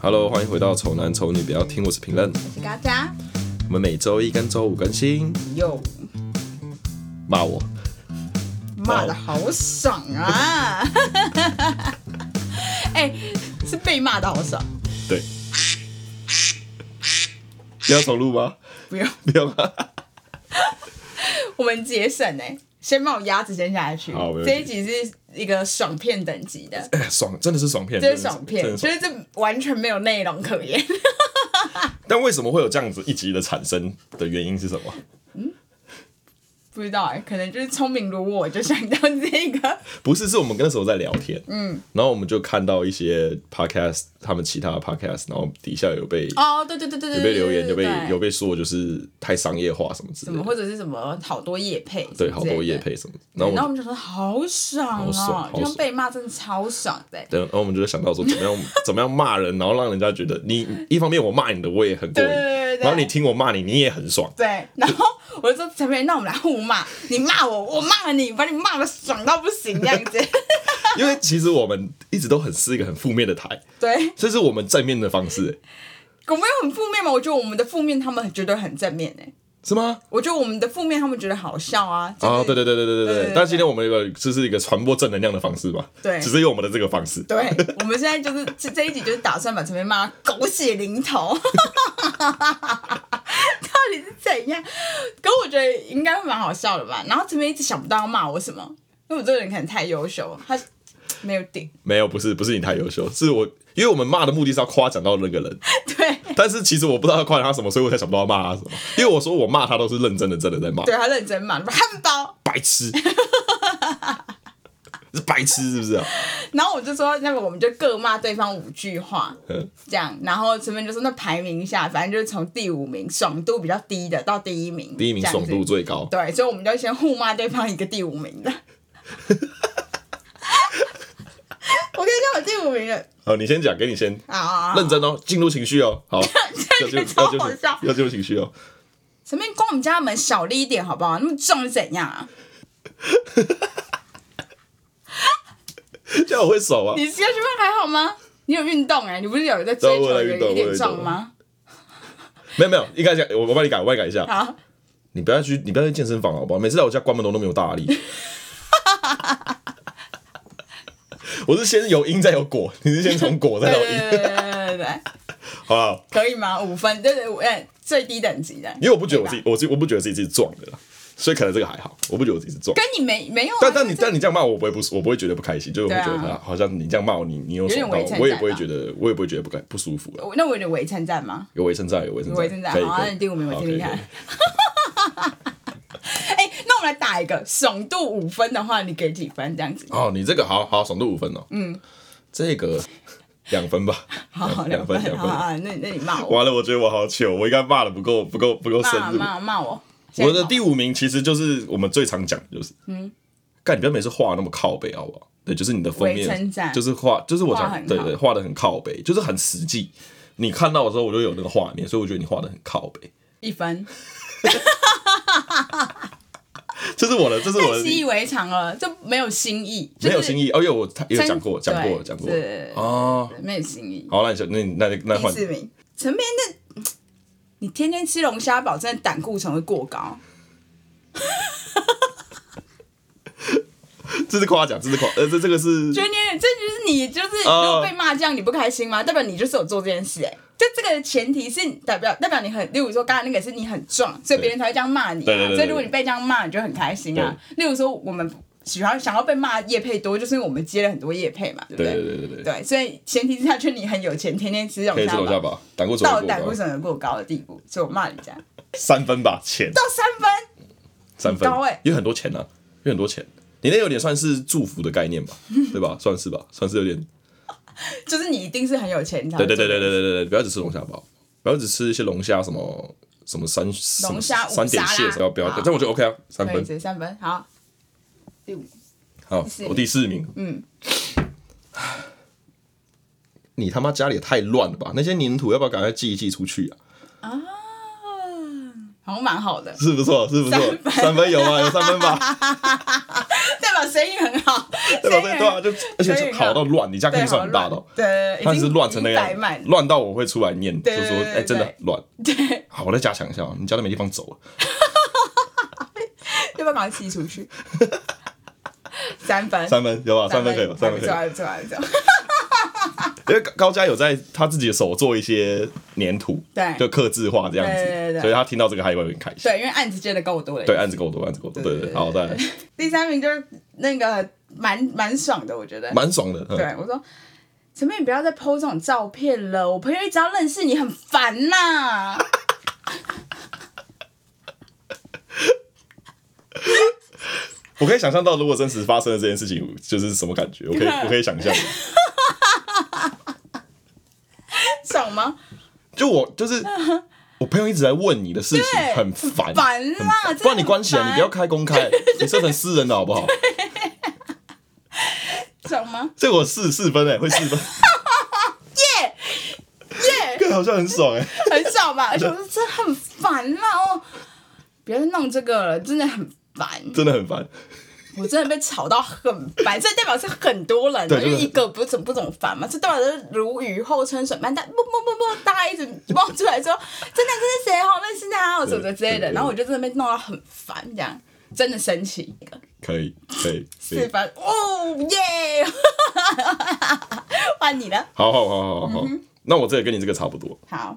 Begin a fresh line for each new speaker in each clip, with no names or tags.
Hello，欢迎回到《丑男丑女》，不要听我是评论。
我是嘎嘎，
我们每周一跟周五更新。
有
骂我，
骂的好爽啊！
哦
哎、是被骂的好爽，
对，要重录吗？
不用，
不要吗？
我们节省哎、先把我鸭子先下去
好没。问题
这一集是一个爽片等级的，
哎爽，真的是爽片，
这
真
是
的
爽片，
真的
就是这完全没有内容可言。
但为什么会有这样子一集的产生的原因是什么？
不知道哎、可能就是聪明如我，就想到这 个。
不是，是我们那时候在聊天，嗯，然后我们就看到一些 podcast，他们其他的 podcast，然后底下有被、
哦，对对对对对，
有被留言，有
对对对
被有被说就是太商业化什么之
什
类
么
的，
或者是什么好多夜配，
对，好多业。配什么的，然后我
然
们
后我们就说好爽
好爽
哦
好，
就像
爽
被骂真的超爽的、
对，然后我们就在想到说，怎么 样怎么样骂人，然后让人家觉得你一方面我骂你的我也很过瘾，
对对对对对
然后你听我骂你你也很 爽，
对，然后我就说陈培，那我们来互骂，你骂我，我骂你，把你骂的爽到不行这样子。
因为其实我们一直都很是一个很负面的台，
对，
这是我们正面的方式，欸
我们有很负面嘛？我觉得我们的负面他们觉得很正面哎、
是吗？
我觉得我们的负面他们觉得好笑啊。就是、
啊，对对对对对对
对
对
对。
但今天我们有一个就是一个传播正能量的方式吧，
对
只是用我们的这个方式。
对，我们现在就是这这一集就是打算把陈培骂到狗血淋头， 到底是怎样？可我觉得应该会蛮好笑的吧。然后陈培一直想不到要骂我什么，因为我这个人可能太优秀，他没有顶。
没有，不是不是你太优秀，是我，因为我们骂的目的是要夸奖到那个人，
对。
但是其实我不知道要夸奖他什么，所以我才想不到要骂他什么。因为我说我骂他都是认真的，真的在骂，
对他认真骂，汉堡，
白 痴，是白痴是不是啊？
然后我就说，那个我们就各骂对方五 句话，
嗯
这样。然后陈面就说，那排名一下，反正就是从第五名爽度比较低的到第一名，
第一名
这样
爽
子
度。最高，
对，所以我们就先互骂对方一个第五 名的。我跟你讲，我第五名的
好，你先讲，给你先
啊，
认真哦，进入情绪哦，好，要 进入
超
要进入
好笑
要进入情绪哦。
陈面关我们家门小力一点好不好？那么重是怎样啊？
这样我会手啊，
你这个去问还好吗？你有运动哎、你不是有在
对
追
我有
求
在
有
运动我
一
有
点
在
壮
动
吗？
没有没有，应该讲，我我帮你改，我帮你改一下。
好，
你不要去，你不要去健身房好不好？每次来我家关门都那么有大力。我是先有因再有果，你是先从果再
对
到
对
因，
对对对对对对，
好不好？
可以吗？五分，对对，五哎最低等级的，
因为我不觉得我自
对吧
己，我自己我不觉得自己是壮的啦，所以可能这个还好，我不觉得我自己是壮。
跟你没没有啊、
但但
就
你
是
但你这样骂我，我不会不我不会觉得不开心，就是我会觉得
对
他
啊
好像你这样骂我，你你有
有
爽
点
到
围
我，
城
我也不
在
会
吧
觉得我也不会觉得不开不舒服了。
我那我有点围称赞吗？
有围城在，有围城在，
有围城在
可以。
好
可以
那你第五名我
好
听听
可以
看
可以
哎、那我们来打一个爽度五分的话，你给几分这样子？
哦，你这个好好爽度五分哦，嗯，这个两分吧，
好，
两
两
分
分，
两
好
分。
好，那那你骂我，
完了，我觉得我好糗，我应该骂的不够不够不够深
骂
入。
骂骂我。
我的第
五，
五名其实就是我们最常讲的，就是嗯，干你不要每次画那么靠背好不好？对，就是你的封
微称
面
赞
就是画，就是我
画很
讲
靠
对对，画的很靠背，就是很实际。你看到的时候，我就有那个画面，所以我觉得你画的很靠背。
一分，
这是我的，这是我
太
的
哎习以为常了，这没有新意，
没有新
意，
意。哦，因为我也有讲过，
真
讲过，
对
讲过
对对对
哦。
没有新意。
好，那你想，那你那你那
第
换
四名，陈面那，你天天吃龙虾堡，真的胆固醇会过高。
这是夸奖，这是夸，呃，这这个是
觉得你这就是你就是如
哦
果被骂这样你不开心吗？代表你就是有做这件事哎、欸。就这个前提是代表代表你很，例如说刚才那个是你很壮，所以别人才会这样骂你、啊。
对对对对
所以如果你被这样骂，你就很开心啊。例如说我们喜欢想要被骂叶配多，就是因为我们接了很多叶配嘛，对不
对
对？
对对对对对，
对所以前提之下，就你很有钱，天天吃
可
这
以吃
种
楼下
虾
吧，胆固醇
到
过
胆固
高，
醇有过高的地步，所以我骂你这样
三分吧， 钱
到三分。
三分
很高欸，
有很多钱啊，有很多钱。你那有点算是祝福的概念 吧，对吧？算是吧，算是有点。
就是你一定是很有钱才
对
会
对
做
对对对对对对，不要只吃龙虾堡，不要只吃一些龙虾什么什么三什么
虾
三点蟹
五
什
沙
么，
拉
不要。
好
这样我觉得 OK 啊，三
可以
分。
直接三分好。第五，
好
四，名
我第四名。
嗯，
你他妈家里也太乱了吧？那些粘土要不要赶快寄一寄出去啊？
好像蛮好的。
是不错，是不错，三分有啊，有三分吧？
代吧？生意很好，
对
生
吧？对
意很
对啊，
好
就而且是好到乱，你家客
对，
厅算
好
很大
乱
的哦，
对，已
但是
经
乱成那
已经摆
样
满，
乱到我会出来念，就
对对
说
对
哎，真的
对
乱。
对，
好，我再加强一下哦，你家都没地方走了。
要不要把它踢出去？ 三分，
三分有吧？三分可以吧？三分可以吧。
还不错，还不错，还不错
因为高高佳有在他自己的手做一些粘土，
对
就刻字化这样
对对对
子，
对
所以他听到这个他也会很开心。
对，因为案子接的够多了。
对，啊案子够多，案子够多，对
对对
对。
对
对好，再来，
第三名就是那个蛮蛮爽的，我觉得。
蛮爽的。嗯
对，我说。前面你不要再 PO 这种照片了，我朋友一直要认识你，很烦呐、
我可以想象到，如果真实发生了这件事情，就是什么感觉？我可以，我可以想象。
爽吗？
就我 就是，我朋友一直在问你的事情
对，
很烦，
烦啦
很
真的
不然你关起
很
来，
烦
你不要开公开，你设成私人的好不好？
爽吗？
这我四四分哎，会四 分，
耶、
更好像很爽哎。
很爽吧？而且我说真的很烦啦、哦，不要再弄这个了，真的很烦。
真的很烦。
我真的被吵到很烦，这代表是很多人啊，
对
因为
就是
一个不怎么不怎么烦嘛，这代表是如雨后春笋般，但不不不不，大家一直冒出来说，真的这是谁好认识他哦什么的之类
对对
的，
对
然后我就真的被弄到很烦，这样真的生气，
可以，可以，可
四
以。
番哦耶，换你了，
好好好好好
嗯
好。那我这个跟你这个差不多。
好，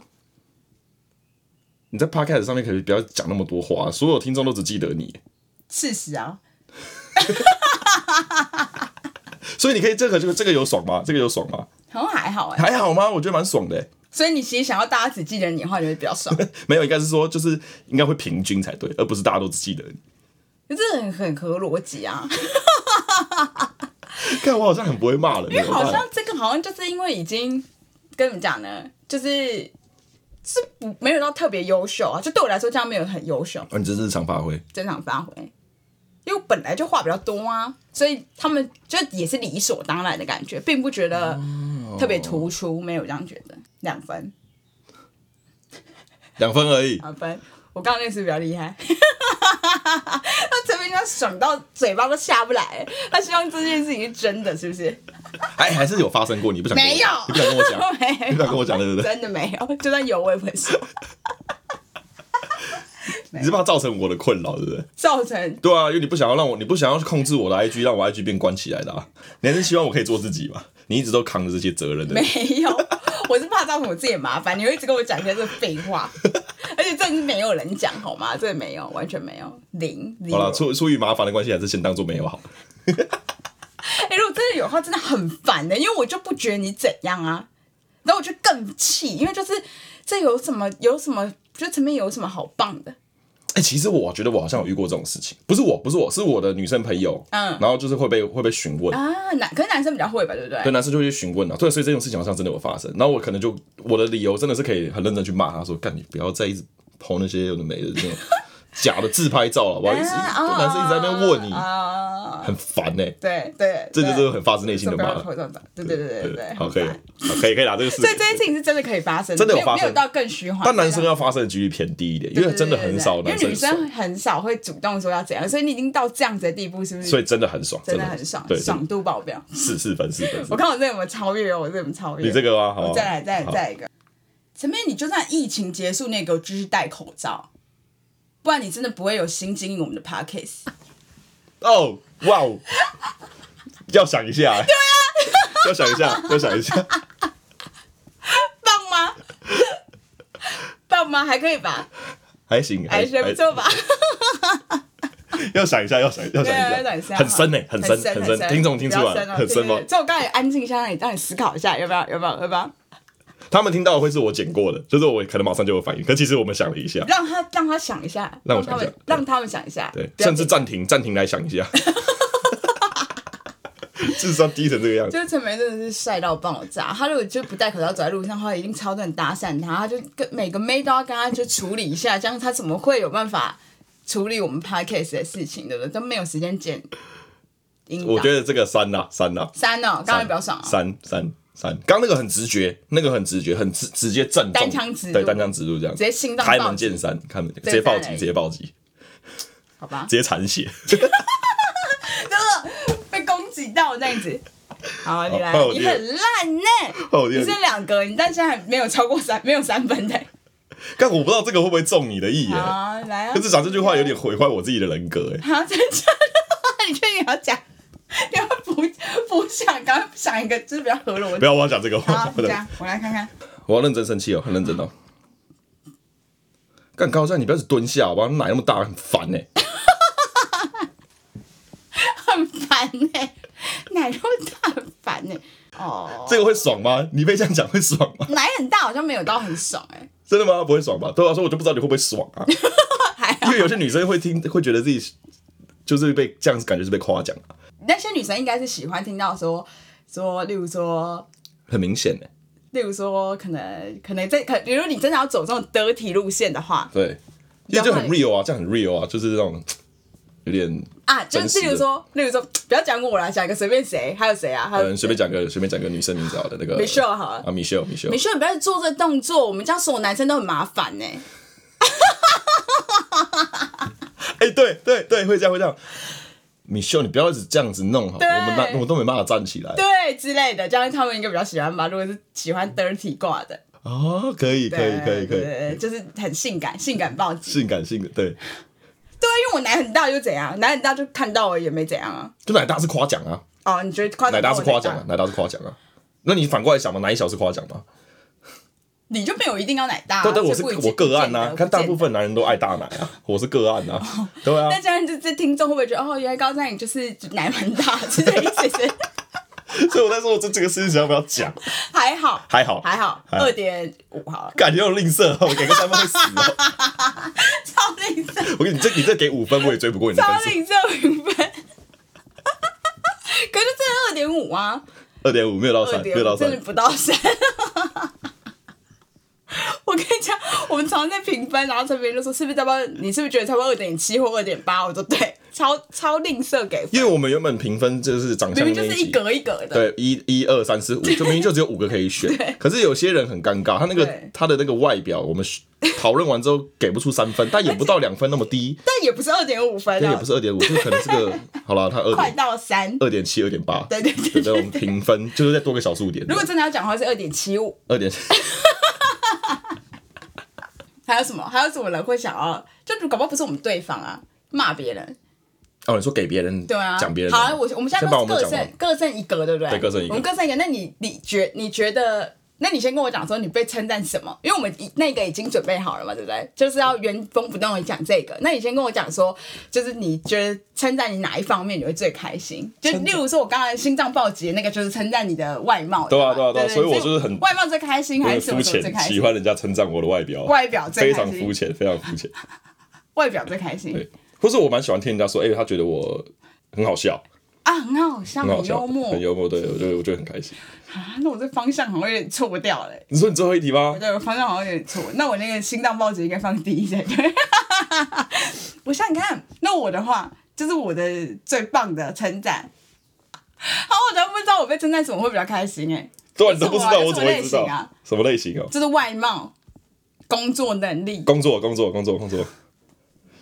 你在 podcast 上面可以不要讲那么多话，所有听众都只记得你，
事实啊，
所以你可以这个这个这个有爽吗？这个有爽吗？
好像还好哎、
还好吗？我觉得蛮爽的欸、
所以你其实想要大家只记得你的话，你会比较爽，
没有，应该是说就是应该会平均才对，而不是大家都只记得你。
可是很很合逻辑啊。
看我好像很不会骂人，
因为
怎么
好
办
像这个好像就是因为已经跟你们讲呢，就是是不没有到特别优秀啊，就对我来说这样没有很优秀，
啊，你这是日常发挥，
正常发挥。因为我本来就话比较多啊，所以他们就也是理所当然的感觉，并不觉得特别突出，没有这样觉得。两分，
两分而已。
两分。我刚刚那次比较厉害，他陈明他爽到嘴巴都下不来，他希望这件事情是真的，是不是？
哎，还是有发生过，你不想跟我
没有
你不想跟我讲，
没有
你不想跟我讲 对不对？
真的没有， 就算有我也不会说。
你是怕造成我的困扰，对不对？
造成
对啊，因为你不想要让我，你不想要控制我的 IG，让我 IG 变关起来的啊。你还是希望我可以做自己嘛？你一直都扛着这些责任的
没，有， 我是怕造成我自己的麻烦。你会一直跟我讲一些这个废 话，而且真的是没有人讲好吗？真的没有，完全没有，零。
好了，
zero
出出于麻烦的关系，还是先当做没有好。
哎、如果真的有的话，真的很烦的、欸因为我就不觉得你怎样啊，然后我就更气，因为就是这有什么有什么，就前面有什么好棒的？
哎、其实我觉得我好像有遇过这种事情，不是我，不是我，是我的女生朋友，
嗯
然后就是会被会被询问，
啊，男可是男生比较会吧，对不对？
对，男生就会去询问啊，对，所以这种事情好像真的有发生。然后我可能就我的理由真的是可以很认真去骂他说，干你不要再一直抛那些有的没的那种假的自拍照了， 我一直、
啊
对男生一直在那边问你，
啊，
很烦呢、
对对，
这就是
对
很发自内心
这
的
不
骂
要。头上长，对对对对对对，
好，
很
可以，
烦
好可以，可以拿这个事
所以
情。
这件事情是真的可以发生，
真的有
没有
发生
没有到更虚幻。
但男生要发生的几率偏低一点，啊因为真的很少
对
男
对对对因为女
爽
生很少会主动说要怎样，所以你已经到这样子的地步，是不是？
所以真的很爽，
真
的
的很爽，
对，
爽度爆表。
四四分四分。四 分
我看我这有没有超越哦，我这有没有超越？
你这个吗？
我
好，啊
再来，再来，
好
再来一个。前面你就算疫情结束，那个就是戴口罩，不然你真的不会有心经营我们的 podcast。
哦，哇哦，要想一下、欸，对啊， 要想一下，要想一下，
棒吗？ 棒吗？还可以吧，
还行，
还学不错吧？
要想一下，要想， 要
对
想
啊，
一
有点像
下，
啊
很深呢、欸很深，
很
很深，听众听出来
比较深
了，
哦
很深吗
对对对？所以我刚才安静一下，让你让你思考一下，要不要？要不要？要不要？
他们听到的会是我剪过的，就是我可能马上就有反应，可其实我们想了一下，
让他让他想一下，
让我
他
想一
们
下
让他们想一下，
对，
不要
甚至
紧
暂停，暂停来想一下， 智商低成这个样子，
就是陈梅真的是帅到爆炸，他如果就不戴口罩走在路上的话，一定超多人搭讪他，他就跟每个妹都要跟他就处理一下，这样他怎么会有办法处理我们 podcast 的事情，对不对？都没有时间剪音档。
我觉得这个三呐、三呐、
三哦，刚才比较爽哦，
三三三，刚刚那个很直觉，那个很直觉，很直直接正中，
单枪直入
对，单枪直入这样，
直接心脏
开
暴
门
击
见山，开门直接暴击，直接暴击，
好吧？
直接残血，
真的 到这样子。 好，你来
好，
你很烂呢、
哦，
你
天
是两格，你但现在没有超过三，没有三分的。
但我不知道这个会不会中你的意耶。
好，来啊
可！是讲这句话有点毁坏我自己的人格哎。
好，真假的？你确定你要讲？ 你要补补想，赶快想一个，就是比较合逻
不
辑。
要，我要讲这个，我要
好
讲，这
这
个
样我来看 看。
我要认真生气哦，很认真哦。干高山，你不要只蹲下好不好？奶那么大，很烦哎。
很烦欸呢、奶肉大很烦呢、哦，
这个会爽吗？你被这样讲会爽吗？
奶很大好像没有到很爽哎、
真的吗？不会爽吧？对啊，所以我就不知道你会不会爽啊。
还
因
好
为有些女生会听，会觉得自己就是被这样子，感觉是被夸奖啊，
那些女生应该是喜欢听到说说，例如说。
很明显哎。
例如说，可能可能在可，比如你真的要走这种得体路线的话
对，因为就很
不
real 啊，这样很 real 啊，就是这种有点
啊，就
真
是
实
例
的
如说，例如说，不要讲我啦，讲一个随便谁，还有谁啊？还有
嗯，随便讲个随便讲个女生名字好了，那个
Michelle 好了
啊，Michelle Michelle，
美秀，你不要做这动作，我们这样所有男生都很麻烦呢、
哎、对对对，会这样会这样。米秀，你不要一直这样子弄好，我
对
们那我都没办法站起来。
对之类的，这样他们应该比较喜欢吧？如果是喜欢 dirty 挂的，
哦，可以可嗯以可以可
对对
以，
对，对就是很性感，性感暴击。
性感性感，对，
对，因为我奶很大又怎样？奶很大就看到我也没怎样啊。
就奶大是夸奖啊，
哦，你觉得夸
奶大
奖到
是
我
夸奖啊，？奶大是夸奖啊。那你反过来想嘛，奶小是夸奖嘛？
你就没有一定要奶大、啊，
对对，我
这
是
不一定
我个案
不见
呐、
得
啊，看大
不
部
见得
分男人都爱大奶啊，我是个案啊，对啊
那，这样就这听众会不会觉得哦，原来高赞你就是奶蛮大，是这个意 思？
所以我在说这这个事情要不要讲？
还好，
还好
还好，
还好
二点五好了，
感觉有吝啬，我给个三分会死 哦。
超吝啬，
我跟你这你这给五分，我也追不过你的
超
分数，
吝啬评分。可是这二点五啊，
二点五没有到
二
三，没
点
有到
五真
三
的。不到三。 我跟你讲，我们常常在评分，然后陈别人就说是不是差不多？你是不是觉得差不多二点七或二点八？我说对，超超吝啬给分，
因为我们原本评分就是长
明
相
明
那
就
一
是一
集，
格一格的。
对，一一二三 四五，就明明就只有五个可以选。可是有些人很尴尬，他那个
对
他的那个外表，我们讨论完之后给不出三分，但也不到两分那么 低，
但也不是二点五分
但也
啊
不，是二点五，就可能是 个好了，他二
快
点
到三。
二点七、二点八，
对对对
对，这种评分就是再多个小数点
如，果真的要讲的话，是二点七五。
二点
还有什么？还有什么人会想要？就搞不好不是我们对方啊，骂别人。
哦，你说给别人
对啊，
讲别人
好啊，我我们现在
先把
都
我们
是各
讲完
剩各剩一格，对不对？
对各剩一格
我们各剩一格，那你你觉你觉得？那你先跟我讲说你被称赞什么？因为我们已那个已经准备好了嘛，对不对？就是要原封不动的讲这个。那你先跟我讲说，就是你觉得称赞你哪一方面你会最开心？就例如说，我刚才心脏暴击的那个，就是称赞你的外貌。
对啊
吧
对啊对啊所以我就是很
外貌最开心还
很
是什
肤
么什么最
浅，
开
喜
心？
欢人家称赞我的外表，
外表
非
最开
常
心
肤浅，非常肤浅，
外表最开心
对，或是我蛮喜欢听人家说，哎，他觉得我很好笑，
啊，很好笑，
很好
很
笑，
幽默
很幽默，对我觉得我觉得很开心。
啊。那我这方向好像有点错不掉嘞、
你说你最后一题吗？
对，我方向好像有点错。那我那个心脏报纸应该放第一 才对。我想想看，那我的话就是我的最棒的称赞。好，我都不知道我被称赞什么会比较开心哎、
对啊，你都不知道，
是什么啊
我怎么会知道
是什么类型啊？
什么类型哦？
就是外貌、工作能力。
工作，工作，工作，工作。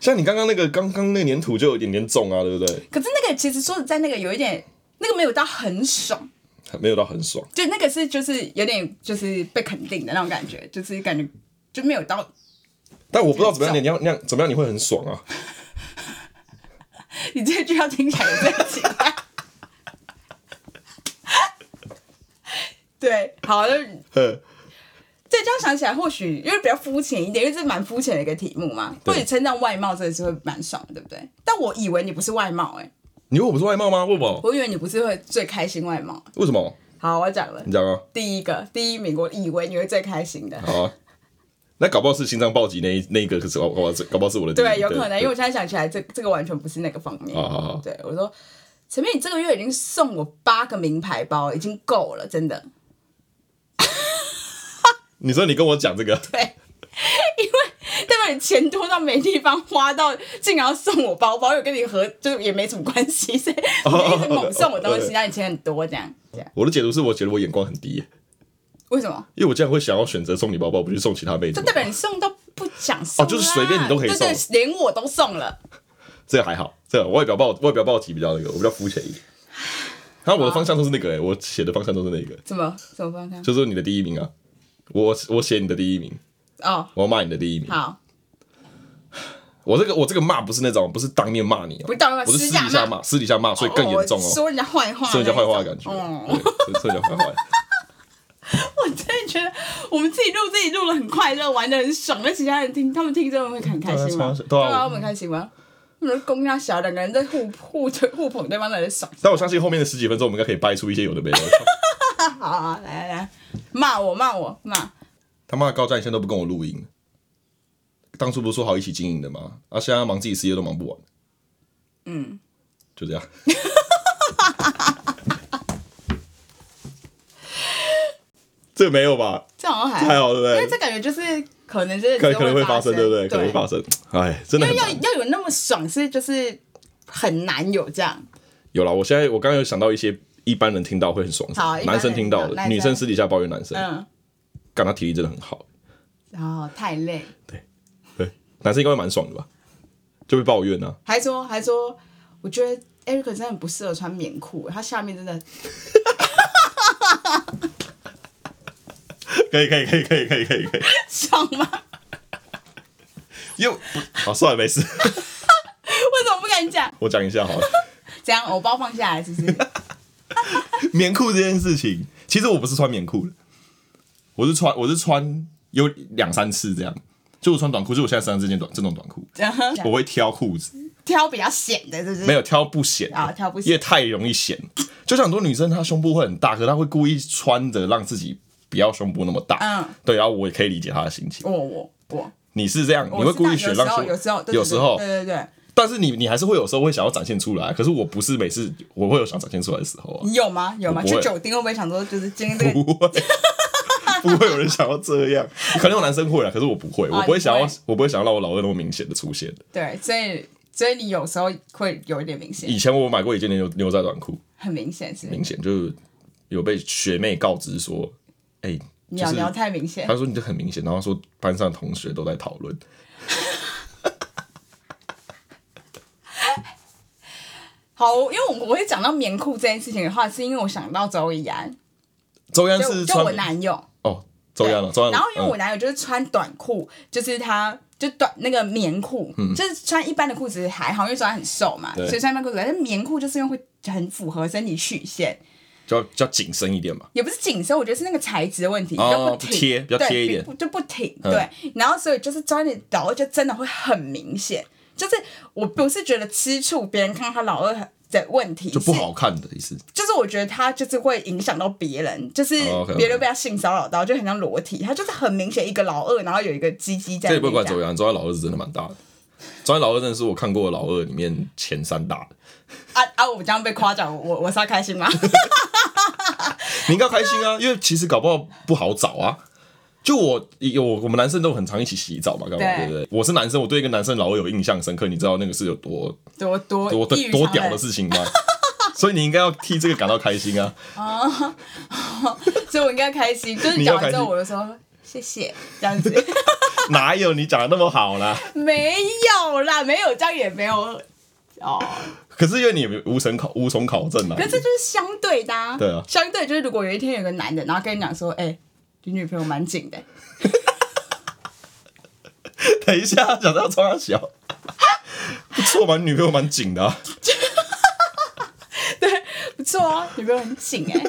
像你刚刚那个，刚刚那个粘土就有一点点重啊，对不对？
可是那个其实说实在，那个有一点，那个没有到很爽，
没有到很爽，
就那个是就是有点就是被肯定的那种感觉，就是感觉就没有到
但我不知道怎么样，你要那样怎么样你会很爽啊？
你这句要听起来也最奇怪。对，好，那
呵，
这这样想起来，或许因为比较肤浅一点，因为这蛮肤浅的一个题目嘛。或
对
许称赞外貌真的是会蛮爽的，对不对？但我以为你不是外貌、欸，哎，
你以为我不是外貌吗？为什么？
我以为你不是会最开心外貌。
为什么？
好，我讲了
你，讲啊，
第一个第一名，我以为你会最开心的。
好啊。那搞不好是心脏暴击那一那一个，可是搞搞不好是搞不好是我的第一哦
对，有可能，因为我现在想起来，这这个完全不是那个方面。
好好好
对，我说，陈面你这个月已经送我八个名牌包，已经够了，真的。
你说你跟我讲这个，
对，因为代表你钱多到没地方花到，竟然要送我包包，又跟你和就是也没什么关系，所以
哦
你一直猛送我东西，让你钱很多这样。这样
我的解读是我觉得我眼光很低耶，
为什么？
因为我竟然会想要选择送你包包，不去送其他妹子
这，代表你送到不想送
哦
啊
就是随便你都可以送
对对，连我都送了。
这个还好，这个外表暴外表暴击比较那个，我比较肤浅一点。然后我的方向都是那个、欸，我写的方向都是那个，
怎么怎么帮他？
就是你的第一名啊，我我写你的第一名，
哦，
我要骂你的第一名。
好，
我这个我这个骂不是那种，不是当面骂你、哦，
不是当面骂
我是私
私
底
下
下
骂
骂，私底下骂，所以更严重
我
哦，
说人家坏话，
说人家坏话的感觉，
嗯，
对，说人家坏话。
我真的觉得我们自己录自己录的很快乐，玩的很爽，那其他人听他们听真的会很开心吗？
对啊
对啊，
我
我们开心吗？我们公家小两个人在互互推互捧对方的人爽，
但我相信后面的十几分钟，我们应该可以掰出一些有的没的。
好啊，来来来，骂我骂我骂，
他妈的高战现在都不跟我录音，当初不是说好一起经营的吗？啊，现在忙自己事业都忙不完。嗯，
嗯
就这样。 这没有吧？
这好像还
还好，对不
哎因为
对？
这感觉就是可能是
可可能会发生，对不对？
对？
可能会发生。哎，真的很
因为要
难。
要有那么爽是就是很难有这样，
有了，我现在我刚刚有想到一些一般人听到会很爽
好，一般人
男生听到的，
听到男生
女生私底下抱怨男生，
嗯，
干他体力真的很好，
然后太累，
对，男生应该会蛮爽的吧？就会抱怨啊，
还说还说，我觉得 Eric 真的很不适合穿棉裤，他下面真的
可以可以可以可以可以可以可以，
爽吗？
又不 好算了没 事，
为什么不敢讲？
我讲一下好了。
怎样？偶包放下来 是不是？
棉裤这件事情，其实我不是穿棉裤的，我是穿我是穿有两三次这样，就我穿短裤，就我现在身上这件短这种短裤，
这样
我会挑裤子，
挑比较显的，是不是？
没有挑不显
啊，挑不
因为
显。
太容易显。就像很多女生，她胸部会很大，可是她会故意穿着让自己不要胸部那么大。
嗯，
对，然后我也可以理解她的心情。
我我我，
你是这样，
我
你会故意选
知道
让胸，
有时候有时候对对对
有时候
对对对，
但是你你还是会有时候会想要展现出来。可是我不是每次我会有想展现出来的时候啊，
你有吗？有
我
吗？
不
去
会
酒店会不会想说，就是今天这个
不会。不会有人想要这样， 可能有男生会啦，可是我不会，我不会想要，
啊你不
我不会想要让我老二那么明显的出现。
对，所以所以你有时候会有一点明显，
以前我买过一件牛牛仔短裤，
很明显是不是
明显就是有被学妹告知说，哎、就
鸟
是
鸟太明显，
他说你这很明显，然后说班上同学都在讨论，
好，因为我我会讲到棉裤这件事情的话，是因为我想到周怡安，
周央
就是就我
穿
男友，
哦，周央了，周央，
然后因为我
嗯
男友就是穿短裤，就是他就短那个棉裤，就是穿一般的裤子还好，因为周安很瘦嘛，
嗯对
所以穿一般裤子。但是棉裤就是因为会很符合身体曲线，
就要就要紧身一点嘛，
也不是紧身，我觉得是那个材质的问题，
哦
就
不
不挺，
贴比较
对
贴一点
不就不挺。
嗯
对，然后所以就是穿的老二就真的会很明显，就是我不是觉得吃醋，别人看到他老二的问题
就不
是
好看的意思。
就是我觉得他就是会影响到别人，就是
哦，OK，OK
别人被他性骚扰到，就很像裸体，他就是很明显一个老二，然后有一个鸡鸡在
这
那
也不
边
会怪
这
周
样。
央，周央老二是真的蛮大的，周央老二真的是我看过的老二里面前三大的。
啊啊！我这样被夸奖，我我我是要开 心吗？
你应该开心啊，因为其实搞不好不好找啊。就我有我们男生都很常一起洗澡嘛，干嘛
对
对不对？我是男生，我对一个男生老二有印象深刻，你知道那个是有多
多多
多
异于
多
常
屌
人
的事情吗？所以你应该要替这个感到开心 啊！
所以我应该开心。就是
你要
讲完之
开
后，
心
我就说谢谢，这样子
哪有你讲的那么好啦？
没有啦，没有这样也没有哦。
可是因为你也没无从考无从考证啊
可。是这就是相对的、啊，
对啊
相对就是如果有一天有个男的，然后跟你讲说，哎、你女朋友蛮紧的，
等一下，讲到穿小， 不错嘛，你女朋友蛮紧的、啊，
不错哦，女朋友很紧 哎、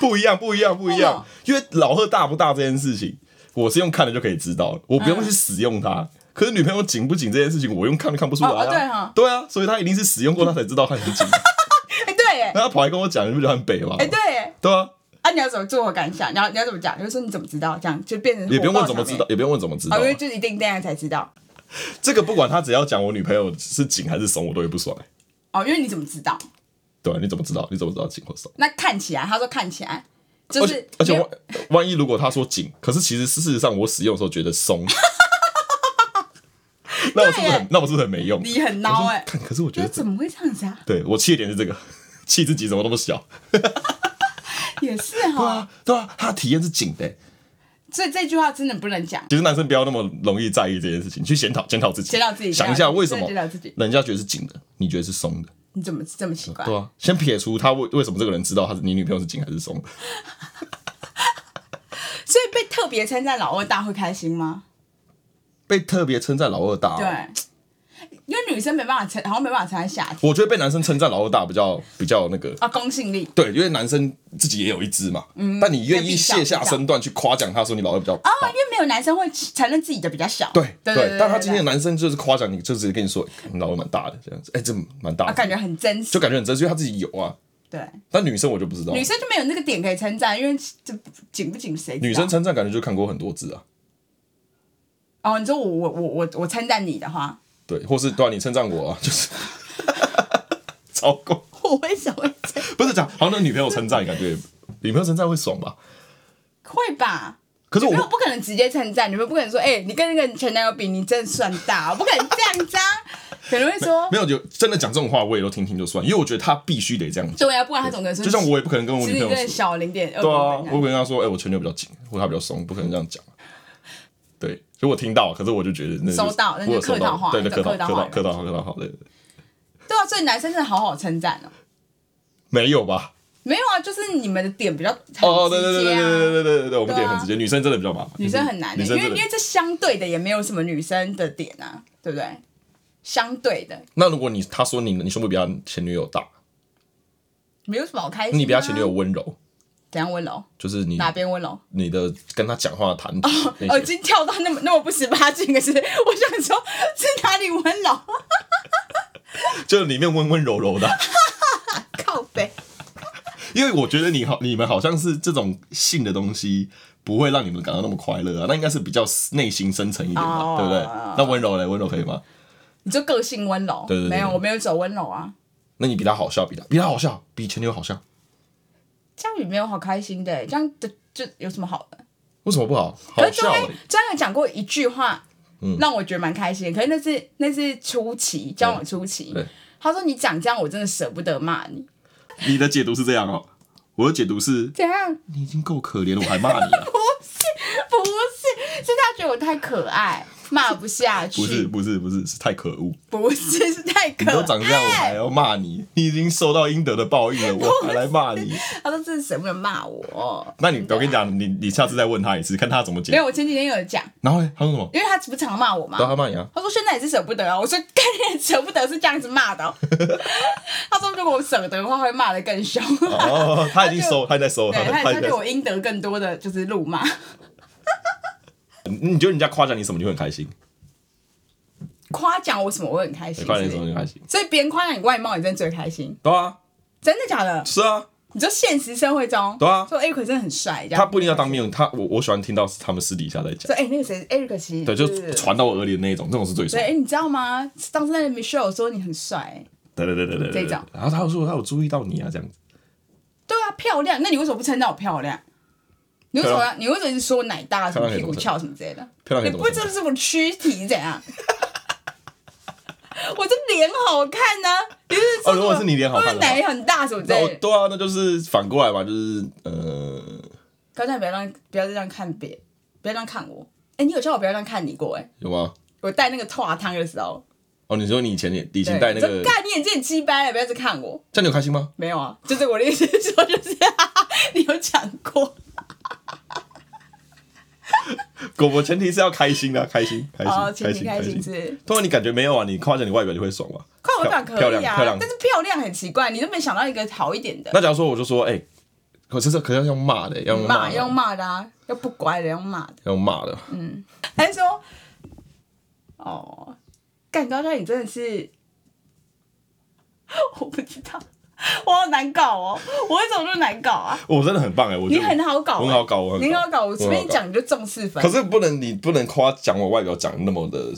不一样，不一样，不一
为什
样
么。
因为老二大不大这件事情，我是用看的就可以知道了，我不用去使用它。可是女朋友紧不紧这件事情，我用看都看不出来啊。
嗯哦哦对哈
对啊，所以她一定是使用过，她才知道她很 紧。
哎、对哎、
那她跑来跟我讲，你不觉得很北吗？
哎、对哎
对啊，
啊，你要怎么自我感想？你要你要怎么讲？就是说你怎么知道？这样就变成
也不用
火
问
爆
怎么
场
知
面
道，，也不用问怎么知道啊、
啊，因为就一定那样才知道
这个不管她只要讲我女朋友是紧还是怂，我都会不爽、欸。
哦，因为你怎么知道？
对、啊，你怎么知道？你怎么知道紧或怂？
那看起来，他说看起来就
而
是
且而且
没有
万万一如果他说紧，可是其实事实上我使用的时候觉得 松，那我是不是
对耶
很那我是不是很没用？
你很孬哎、
看，可是我觉
那
得这
怎么会这样子啊？
对我气的点是这个， 气自己怎么那么小？
也是
对
哈，
啊，对啊，他的体验是紧的欸。
所以这句话真的不能讲。
其实男生不要那么容易在意这件事情，去检讨检讨自己，啊
检讨自己
想一下为什
真的
么
检讨自己
人家觉得是紧的，你觉得是松的？
你怎么这么奇怪？
对啊，先撇除他为为什么这个人知道他是你女朋友是紧还是松，
所以被特别称赞老二大会开心吗？
被特别称赞老二大、哦
对，，因为女生没办法称，好像没办法称赞夏天
我觉得被男生称赞老二大比较比较那个。
啊，公信力
对，因为男生自己也有一只嘛，但你嗯愿意卸下哦身段去夸奖他说你老二比较
啊
大，，
因为没有男生会承认自己的比较小。
对
对对，
但他今天
对
的男生就是夸奖你，就直接跟你说哎你老二蛮大的这样子，哎，这蛮大
啊，感
的，
觉很真实
就。感觉很真实，因为他自己有啊。
对，
但女生我就不知道，
女生就没有那个点可以称赞，因为这紧不紧谁知道？
女生称赞感觉就看过很多次啊，
哦，你说我我我我我称赞你的 话，
对，或是对啊，你称赞我啊， 就是超过，
我为什么会称？
不是讲好像那女朋友称赞，感觉女朋友称赞会爽吧？
会吧？
可是
没
我
有不可能直接称赞，你们不可能说，哎、你跟那个前男友比，你真的算大，我不可能这样子啊。可能会说，
没有有真的讲这种话，我也都听听就算，因为我觉得他必须得这样讲，
对啊，不然他总跟说，
就像我也不可能跟我
其
女
实
朋
你
友
真的
说，
小零点二
对啊，
公
我不
分啊。
可能跟她说，哎、我前女友比较紧，或她比较松，不可能这样讲啊。对，就我听到，可是我就觉得那就是
收到那就
我有收
客套
到，
话
对对，
那种
客套
客套
客
话
套客套客套话，对对对，
对啊，所以男生真的好好称赞哦。
没有吧？
没有啊，就是你们的点比较很直接啊。
哦，对对对对对对对对对，我们
对
点
啊
很直接，女生真的比较麻烦，
女生很难、欸，
女
因
生
为
真
因
的
为。这相对的也没有什么女生的点啊，对不对？相对的
那如果你他说你你胸部比他前女友大，
没有什么好开心、啊。
你比他前女友温柔，
怎样温柔？
就是你
哪哦边温柔？
你的跟他讲话的谈吐那
耳
些，
机跳到那么那么不十八禁的是， 我想说是哪里温柔？
就是里面温温柔柔的。啊
靠背，
因为我觉得你好，你们好像是这种性的东西不会让你们感到那么快乐啊，那应该是比较内心深沉一点嘛
哦
对不对？那温柔嘞，温柔可以吗？
你就个性温柔？
对对对对
没有，我没有走温柔啊。
那你比他好笑，比他比他好笑，比前女友好笑，
这样也没有好开心的、欸这样的就有什么好的？
为什么不好？
可
好
是
笑嗯
中
欸、
间中间有讲过一句话，让我觉得蛮开心的。可是那是那是初期交往初期
对，
他说你讲这样我真的舍不得骂你，
你的解读是这样哦、我的解读是
怎样？
你已经够可怜了，我还骂你、啊，
不是，是他觉得我太可爱，骂不下去。
不是不是不是，是太可恶，
不是，是太
你
可
都长这样，我还
爱。
要骂你，你已经受到应得的报 应了，我还来骂你。
他说这是什么人骂我？
那你我跟你讲，你你下次再问他一次，看他怎么
没
解。
有，我前几天有讲，
然后呢，他说什么？
因为他不常骂我嘛
对，。他骂你啊。
他说现在也是舍不得啊。我说 干你舍不得是这样子骂的哦、 他说如果我舍得的话，会骂的更凶。
哦，他已经收，他已经在收，
对，
他
他
已
他
经在
对
收。
我应得更多的就是辱骂。
你觉得人家夸奖你什么，你会很开心？
夸奖我什么，我会很开
你
心。
夸奖你什
是不
么，
是
你会开心？
所以别人夸奖你外貌，你真的最开心。
对啊，
真的假的？
是啊，
你说现实社会中，
对啊
说 A 可真的很帅，这样
他不一定要当面，他我我喜欢听到他们私底下在讲，
说哎、欸那个谁 Eric 其实
对，就是传到我耳里的那一种，这种是最
对
爽
哎、。欸你知道吗？上次那个 Michelle 说你很帅、欸
对对对对对对。
这种
然后他有说他有注意到你啊，这样子。
对啊，漂亮。那你为什么不称赞我漂亮？你为什么
啊
要？你为什么一直说我奶大、什么屁股翘什么之类的？
漂亮可
你
以怎
不
么
会
称
知道
赞？
这是我的躯体怎样？ 我这脸好看呢、你是说
哦如果是你脸好看的话
我的奶很大什么之
那
类
我
的。
对啊，那就是反过来嘛，就是呃，
高赞，不要让不要再这样看别，不要这样看我。哎、你有叫我不要这样看你过哎、
有吗？
我戴那个拓汤的时候，
哦，你说你以前也以
对
前戴那
你
个
说，干你眼睛很鸡掰，啊不要再看我。
这样你有开心吗？
没有啊，就是我的意思是说，就是 你有讲过
我我前提是要开心的啊，开心开
哦，
心开
前提
心
开
开心。
心是。
通常你感觉没有啊，你夸奖你外表你会爽吗？
快我讲可
漂
以
亮
啊
漂，亮
但是漂亮很奇怪，你都没想到一个好一点的，
那假如说我就说，哎、可是这可是要用骂的，要用骂
骂
的，
要骂嗯的啊，要不乖的要骂的，
要用骂的，
还说，哦，干高教你真的是，我不知道，我好难搞哦，我为什么这么难搞啊？
我真的很棒哎、我觉
你
得
很好搞欸、
我很好搞，啊我很
你很好
好
搞，我随便
很好搞
讲你就中四分
可，是不能，你不能夸奖我外表讲那么的。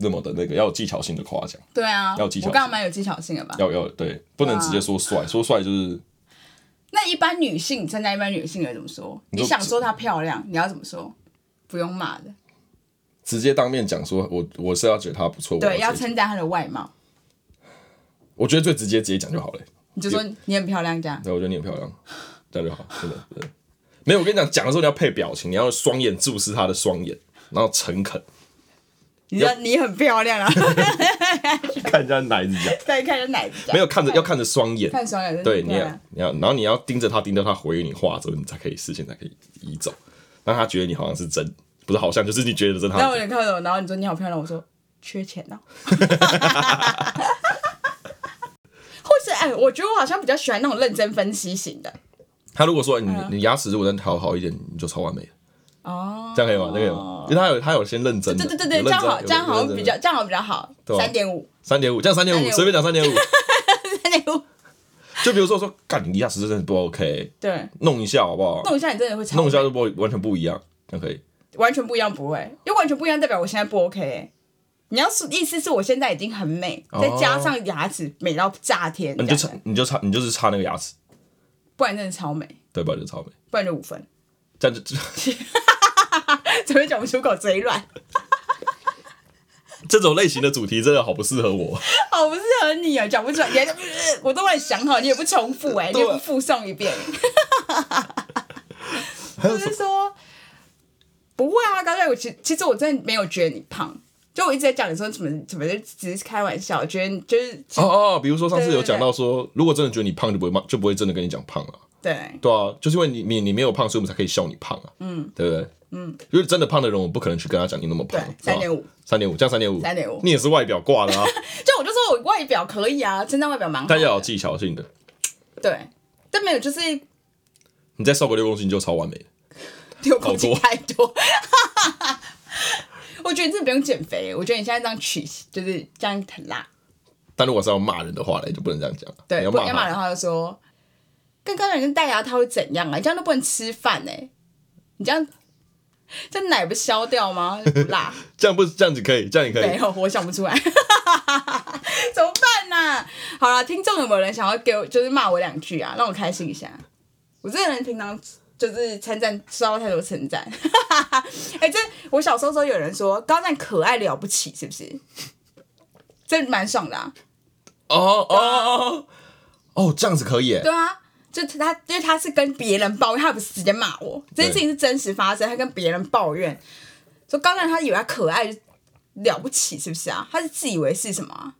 那么的那个要有技巧性的夸奖，
对啊，
要有技巧
我刚刚蛮有技巧性的吧？
要要对，不能直接说帅，说帅就是
那一般女性称赞一般女性人怎么说？
你
你
说
想说她漂亮，你要怎么说？不用骂的，
直接当面讲说我我是要觉得他不错，我
对，要
直接
称赞她的外貌，
我觉得最直接直接讲就好了、
你就说你很漂亮这样。
对，我觉得你很漂亮，这样就好，真的。对没有，我跟你讲，讲的时候你要配表情，你要双眼注视他的双眼，然后诚恳，
你说你很漂亮啊，
看人家奶子讲，
再看人奶子，
没有看着要看着双眼，
看双眼真的
对，
很
你
漂
要
亮，
你要，然后你要盯着他，盯着他回你话之后，你才可以视线才可以移走，让他觉得你好像是真，不是好像就是你觉得真他
那我有点看着我，然后你说你好漂亮，我说缺钱啊呢、 或是哎，我觉得我好像比较喜欢那种认真分析型的
他如果说你
嗯
你牙齿如果能调好一点，你就超完美了，
哦，
这样可以吗？这个因为他有他有先认真的，
对对
有
对对，这
认
样
真
好，这样好像比较这样好像比较好，
对啊
三点五，
三点五，这样三点五，
3.5
随便讲三点五，
三点五，
就比如说说，干你牙齿真的不 OK，
对，
弄一下好不好？
弄一下你真的会超
弄一下就不完全不一样，这样可以。
完全不一样，不会，因为完全不一样代表我现在不 OK、欸。你要是意思是我现在已经很美，
哦
再加上牙齿美到炸天，
那你
这
就
样
差
的，
你就差，你就是差那个牙齿，
不然真的超美，
对吧？就超美，
不然就五分，
这样就
怎么会讲不出口，嘴软，
这种类型的主题真的好不适合我。
好不适合你啊，讲不出来，你还在我都帮你想好，你也不重复哎、你
对
也不
啊
附送一遍，
还有什
就是
么？
说不会啊，刚才我其其实我真的没有觉得你胖，就我一直在讲你说怎么怎么就只是开玩笑，觉得就是
哦哦，比如说上次有讲到说，如果真的觉得你胖，就不会骂，就不会真的跟你讲胖了。
对
对啊，就是因为你你你没有胖，所以我们才可以笑你胖啊。嗯，对不对？嗯，因为真的胖的人，我不可能去跟他讲你那么
对
胖。，
三点
五，
五。
三点五，这样三点五，
3.5
你也是外表挂的啊，
就我就说我外表可以啊，称赞外表蛮好的。
但要有技巧性的。
对，但没有就是
你再瘦个六公斤，你就超完美了。
六公斤太 多。我觉得你真的不用减肥，我觉得你现在这样取就是这样很辣。
但如果是要骂人的话嘞，就不能这样讲了。
对，
你
不
要
然
骂
要
他
骂人的话就说，跟高人跟戴牙套会怎样啊？你这样都不能吃饭哎、你这样这样奶不消掉吗？不辣
这样不这样子可以，这样也可
没
以。
有，我想不出来，怎么办呢、好了，听众有没有人想要给我就是骂我两句啊，让我开心一下？我这个人平常就是称赞收到太多称赞，哎、这我小时候时候有人说高赞可爱了不起，是不是？这蛮爽的啊，
哦哦哦哦，哦，这样子可以耶。
对啊。就他，因为他是跟别人抱怨，他也不是直接骂我，这件事情是真实发生。他跟别人抱怨，说高赞他以为他可爱了不起，是不是啊？他是自以为是什么、啊？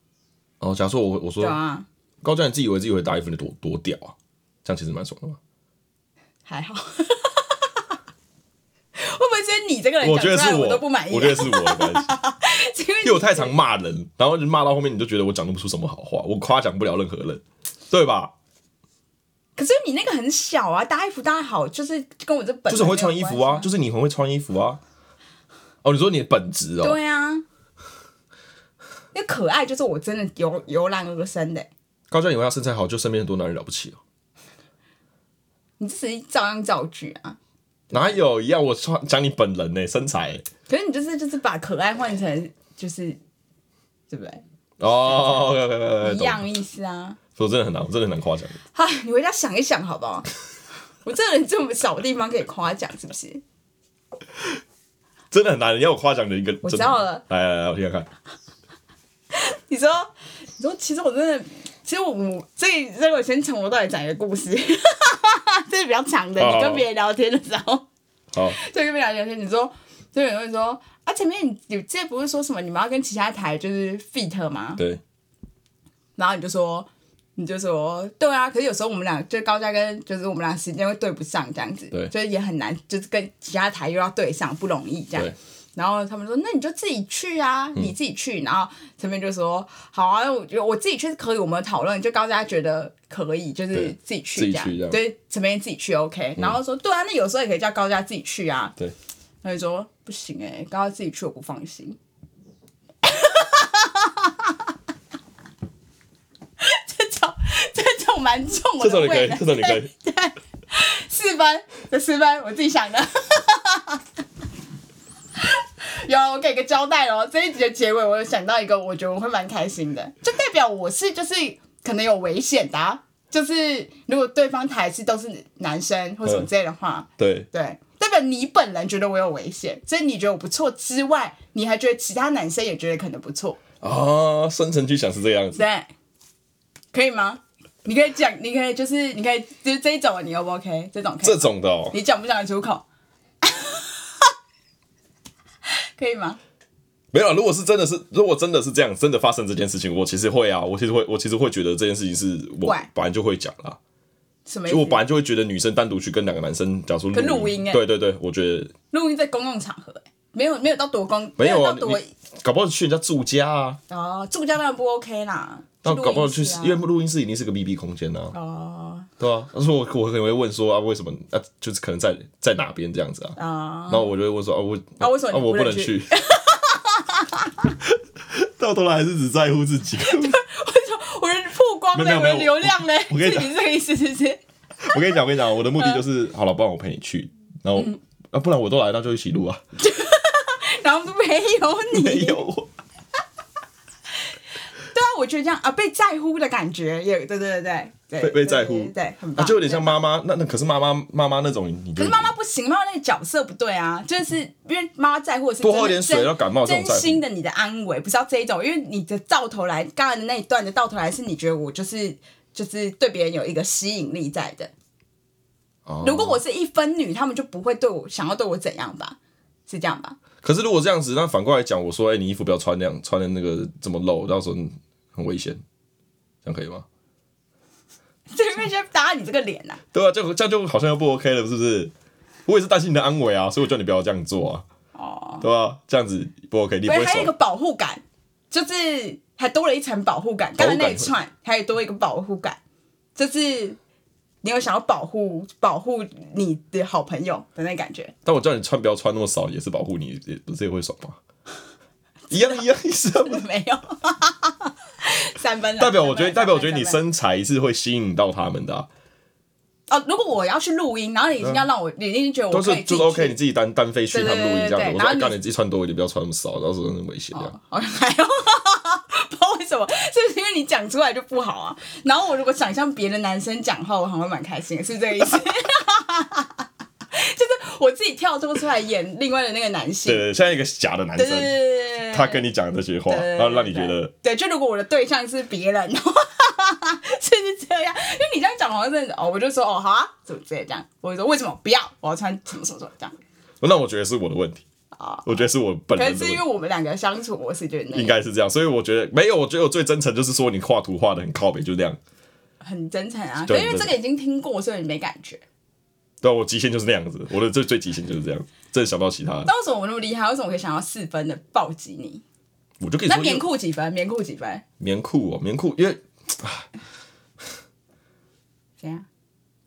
哦，假如说我我说
对啊，
高嘉，你自己以为自己会打一分的多多屌啊，这样其实蛮爽的嘛。
还好。 会不会是你这个人
我
讲
觉
出
得是
来都不满意、啊？
我觉得是我的关系，
是 因为
因为我太常骂人，然后就骂到后面你就觉得我讲不出什么好话，我夸奖不了任何人，对吧？
可是你那个很小啊，搭衣服搭好，就是跟我这本来
就是很会穿衣服
没有
啊，
关系
就是你很会穿衣服啊。哦，你说你的本质哦，
对啊，那可爱就是我真的由由然而生的、
高嘉，你为他身材好，就身边很多男人了不起哦，
你这只是照样造句啊。
哪有一样？我穿讲你本人呢、身材、
可是你就是就是把可爱换成就是，对不对？
哦，OK OK OK，
一样意思啊。
我真的很难，我真的很难夸奖你。
哎，你回家想一想好不好？ 我这个人这么少地方可以夸奖，是不是？
真的很难，你要我夸奖的一个，
我
真的
知道了。
来来来，我听听看。
你说，你说，其实我真的，其实我我这这个我先从我到底讲一个故事， 这是比较长的。
好
你跟别人聊天的时候，
好，
对跟别人聊天，你说，就有人会说啊，前面你你这不是说什么你们要跟其他台就是 fit 吗？
对，
然后你就说，你就说，对啊，可是有时候我们俩就是高嘉跟就是我们俩时间会对不上这样子，
对
就是也很难，就是跟其他台又要对上，不容易这样
对。嗯
然后他们说，那你就自己去啊，你自己去。然后陈明就说，好啊，那我觉得我自己去是可以，我们讨论，就高嘉觉得可以，就是
对
自己去
自己
这样
去这，样嗯
对，陈明自己去 OK。然后说，对啊，那有时候也可以叫高嘉自己去啊。
对，
他就说不行哎、高嘉自己去我不放心。 这种这种蛮重我
这
的
种你可
胃
以，
的
这，种你可以。
四分，这四分我自己想的。 有，我给个交代咯，这一集的结尾，我有想到一个，我觉得我会蛮开心的，就代表我是就是可能有危险的、啊，就是如果对方台是都是男生或什
嗯
么之类的话，
对，
对，代表你本人觉得我有危险，所以你觉得我不错之外，你还觉得其他男生也觉得可能不错，
啊，深层去想是这样子。
对，可以吗？你可以讲，你可以就是你可以就是这一种，你 O 不 OK？这种可以
这
吗
种的哦，
你讲不讲得出口？可以吗？
没有啊，如果是真的是，如果真的是这样，真的发生这件事情，我其实会啊，我其实会，我其实会觉得这件事情是我
怪
本来就会讲啦，
什么意
就我
思
本？来就会觉得女生单独去跟两个男生，假如说
可录音欸
对对对，我觉得
录音在公共场合、欸，没有没有到多公，
没有
有到
啊，
多
你搞不好去人家住家啊，
哦，住家当然不 OK 啦。
那搞不好
去
去
录音室啊，
因为录音室一定是个密闭空间啊，
哦
对啊，但是我我可能会问说啊，为什么啊，就是可能在在哪边这样子啊，
啊
然后我就会问说啊，我
啊为什么你
我
不能
能去？ 到头来还是只在乎自己。
我的曝光
没
嘞，
有
我
没有
的流量嘞，
我我跟你讲
是这个意思是不是？
我跟你讲，我跟你讲，我的目的
嗯
就是，好了，不然我陪你去，然后、啊，不然我都来，那就一起录啊。
然后 没有你，
没有我，
对啊，我觉得这样啊，被在乎的感觉也对对对对对，
被被在乎
对对对，很
啊，
棒，
就有点像妈妈，那那可是妈妈妈妈那种，你
对。可
就是
妈妈不行，妈妈那个角色不对啊，就是因为妈妈在乎的是
多喝
真
点
的
水
真
要感冒这种
真
在乎
心的你的安危，不是要这一种，因为你的到头来，刚才的那一段的到头来是你觉得我就是就是对别人有一个吸引力在的，
哦
如果我是一分女，他们就不会对我想要对我怎样吧？是这样吧？
可是如果这样子，那反过来讲，我说，哎、你衣服不要穿那样，穿的那个这么露，到时候嗯很危险，这样可以吗？
这边先打你这个脸呐、啊！
对啊，就这样就好像又不 OK 了，是不是？我也是担心你的安危啊，所以我叫你不要这样做啊。哦，对啊，这样子不 OK，你也不会
对，还有一个
手
保护感，就是还多了一层保护感。
保
刚
护
才
感
那一串还有多一个保护感，就是你有想要保护保护你的好朋友的那感觉。
但我叫你穿不要穿那么少，也是保护你，也不是也会爽 吗？一样一样意思啊，
没有， 三分 了。
代表我觉得，
三分了
代表我觉得你
三分
身
了
材是会吸引到他们的啊、
哦，如果我要去录音，然后你一定要让我，你一定觉得
嗯
我
都
可
是
以
就是
自己去
OK，你自己单单飞去
对
他
对
们录音这
对
样子。我
对
说
然后
哎
你
干你自己穿多一点，不要穿那么少，到时候很危险这样。
哦，还有，不知道为什么，是不是因为你讲出来就不好啊？然后我如果想象别的男生讲话，我好像蛮开心的，是这个意思？ 就是我自己跳脱出来演另外的那个男性
对，对，对现在一个假的男
对对对
生，
对对，
他跟你讲这些话，
对对对
然后让你觉得
对，就如果我的对象是别人的话，就是这样，因为你这样讲好像真的哦，我就说哦好啊，怎么之类这样，我就说为什么不要，我要穿什么什么什么这样
那我觉得是我的问题，
啊。
我觉得是我本
可
人
能
的
是
问
因
题
为。我们两个相处模式就是那
应
样，
该是这样，所以我觉得没有，我觉得我最真诚就是说你画图画的很靠北，就这样。
很真诚啊。可
对
因为
对
这个已经听过，所以没感觉。
对啊，我极限就是那样子，我的最最极限就是这样，真的想不到其他的。
那为什么我那么厉害？为什么我可以想到四分的暴击你？
我就跟你
那
说，
棉裤几分？棉裤几分？
棉裤哦，棉裤，因为
怎样？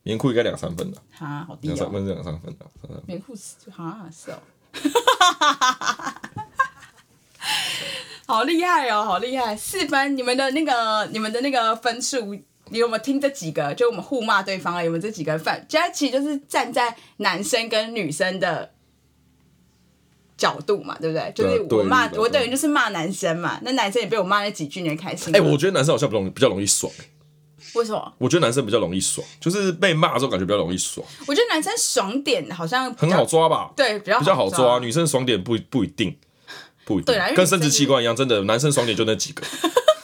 棉裤应该两三分的，
哈，好低
两三
哦。
分两三分的，两三分
棉裤是哈是哦， 好厉害哦，好厉害！四分，你们的那个你们的那个分数。你有没有听这几个？就我们互骂对方啊，有没有这几个犯？其实其实就是站在男生跟女生的角度嘛，对不对？就
对啊
是我骂
对立吧
我等于就是骂男生嘛，那男生也被我骂那几句，你会开心吗？
哎、我觉得男生好像比较容易比较容易爽、
为什么？
我觉得男生比较容易爽，就是被骂的时候感觉比较容易爽，
我觉得男生爽点好像比
很
较
好，抓吧？，
对，比较
比较好抓。
抓。
女生爽点不不一定，不一定
对啦因，为
跟
女
生殖
生就
器官一样，真的，男生爽点就那几 个，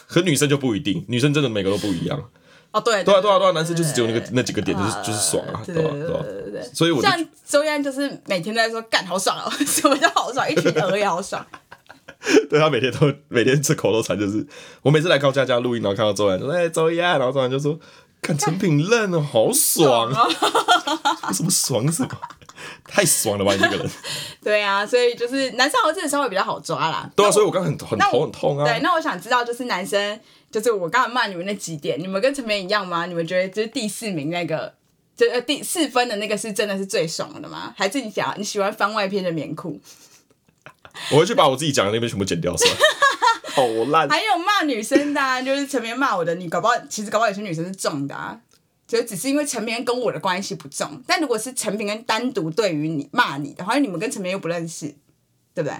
可女生就不一定，女生真的每个都不一样。
哦，对
对啊，对啊，对啊，男生就是只有那个那几个点，就是
呃
就是爽啊，
对
对吧？
对
对吧
对对对？对
所以我就
像周燕就是每天都在说干好爽哦， 什么叫好爽？一群鹅也好爽，
对他每天都每天这口头禅就是，我每次来高佳佳录音，然后看到周然就说：“哎、周一啊。”然后周然就说：“看成品嫩哦，好 爽啊！有什么爽什么？太爽了吧，你这个人。
对啊，所以就是男生好像真的稍微比较好抓啦”。
对啊，所以我刚刚很很
那
头
我
很痛
对，
啊。
那我想知道就是男生，就是我刚才骂你们那几点，你们跟陈明一样吗？你们觉得就是第四名那个，就呃第四分的那个是真的是最爽的吗？还是你想你喜欢番外篇的棉裤？
我会去把我自己讲的那边全部剪掉， 算了。好烂。
还有骂女生的、啊，就是陈明骂我的，你搞不好其实搞不好有些女生是重的啊，就只是因为陈明跟我的关系不重。但如果是陈明跟单独对于你骂你的话，因为你们跟陈明又不认识，对不对？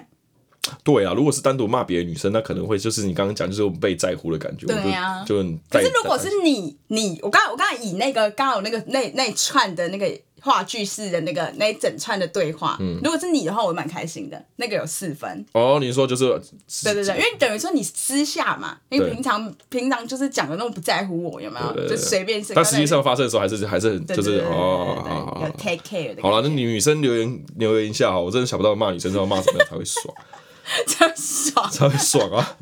对啊，如果是单独骂别的女生，那可能会就是你刚刚讲，就是我们被在乎的感觉。
对啊
我就就很
可
带。
是如果是你，你我刚才我刚才以那个刚好那个那那一串的那个话剧式的那个那一整串的对话，
嗯
如果是你的话，我蛮开心的，那个有四分。
哦，你说就是
对对对，因为等于说你私下嘛，因为
对
平常平常就是讲的那种不在乎我，有没有？
对对对
就随便是。
但实际上发生的时候还是还是很
对
就
对
是
对对对
哦，
对
好好好
要 take care 的。
好了，那女生留言留言一下哈，我真的想不到骂女生要骂什么样才会爽。
才会 爽
才会爽啊！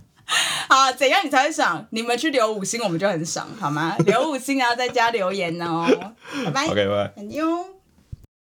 啊！怎样你才会爽？你们去 留五星，我们就很爽，好吗？留五星，然后在家留言哦。拜拜，
OK，拜拜。
很丢。